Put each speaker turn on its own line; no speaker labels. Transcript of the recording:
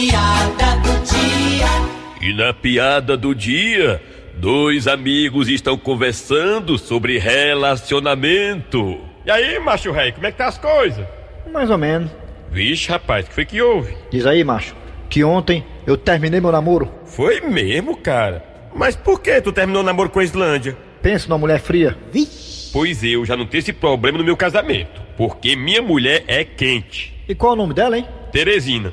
piada do dia.
E na piada do dia, dois amigos estão conversando sobre relacionamento.
E aí, macho rei, como é que tá as coisas?
Mais ou menos.
Vixe, rapaz, o que foi que houve?
Diz aí, macho, que ontem eu terminei meu namoro.
Foi mesmo, cara. Mas por que tu terminou o namoro com a Islândia?
Pensa numa mulher fria.
Pois eu já não tenho esse problema no meu casamento, porque minha mulher é quente.
E qual é o nome dela, hein?
Teresina.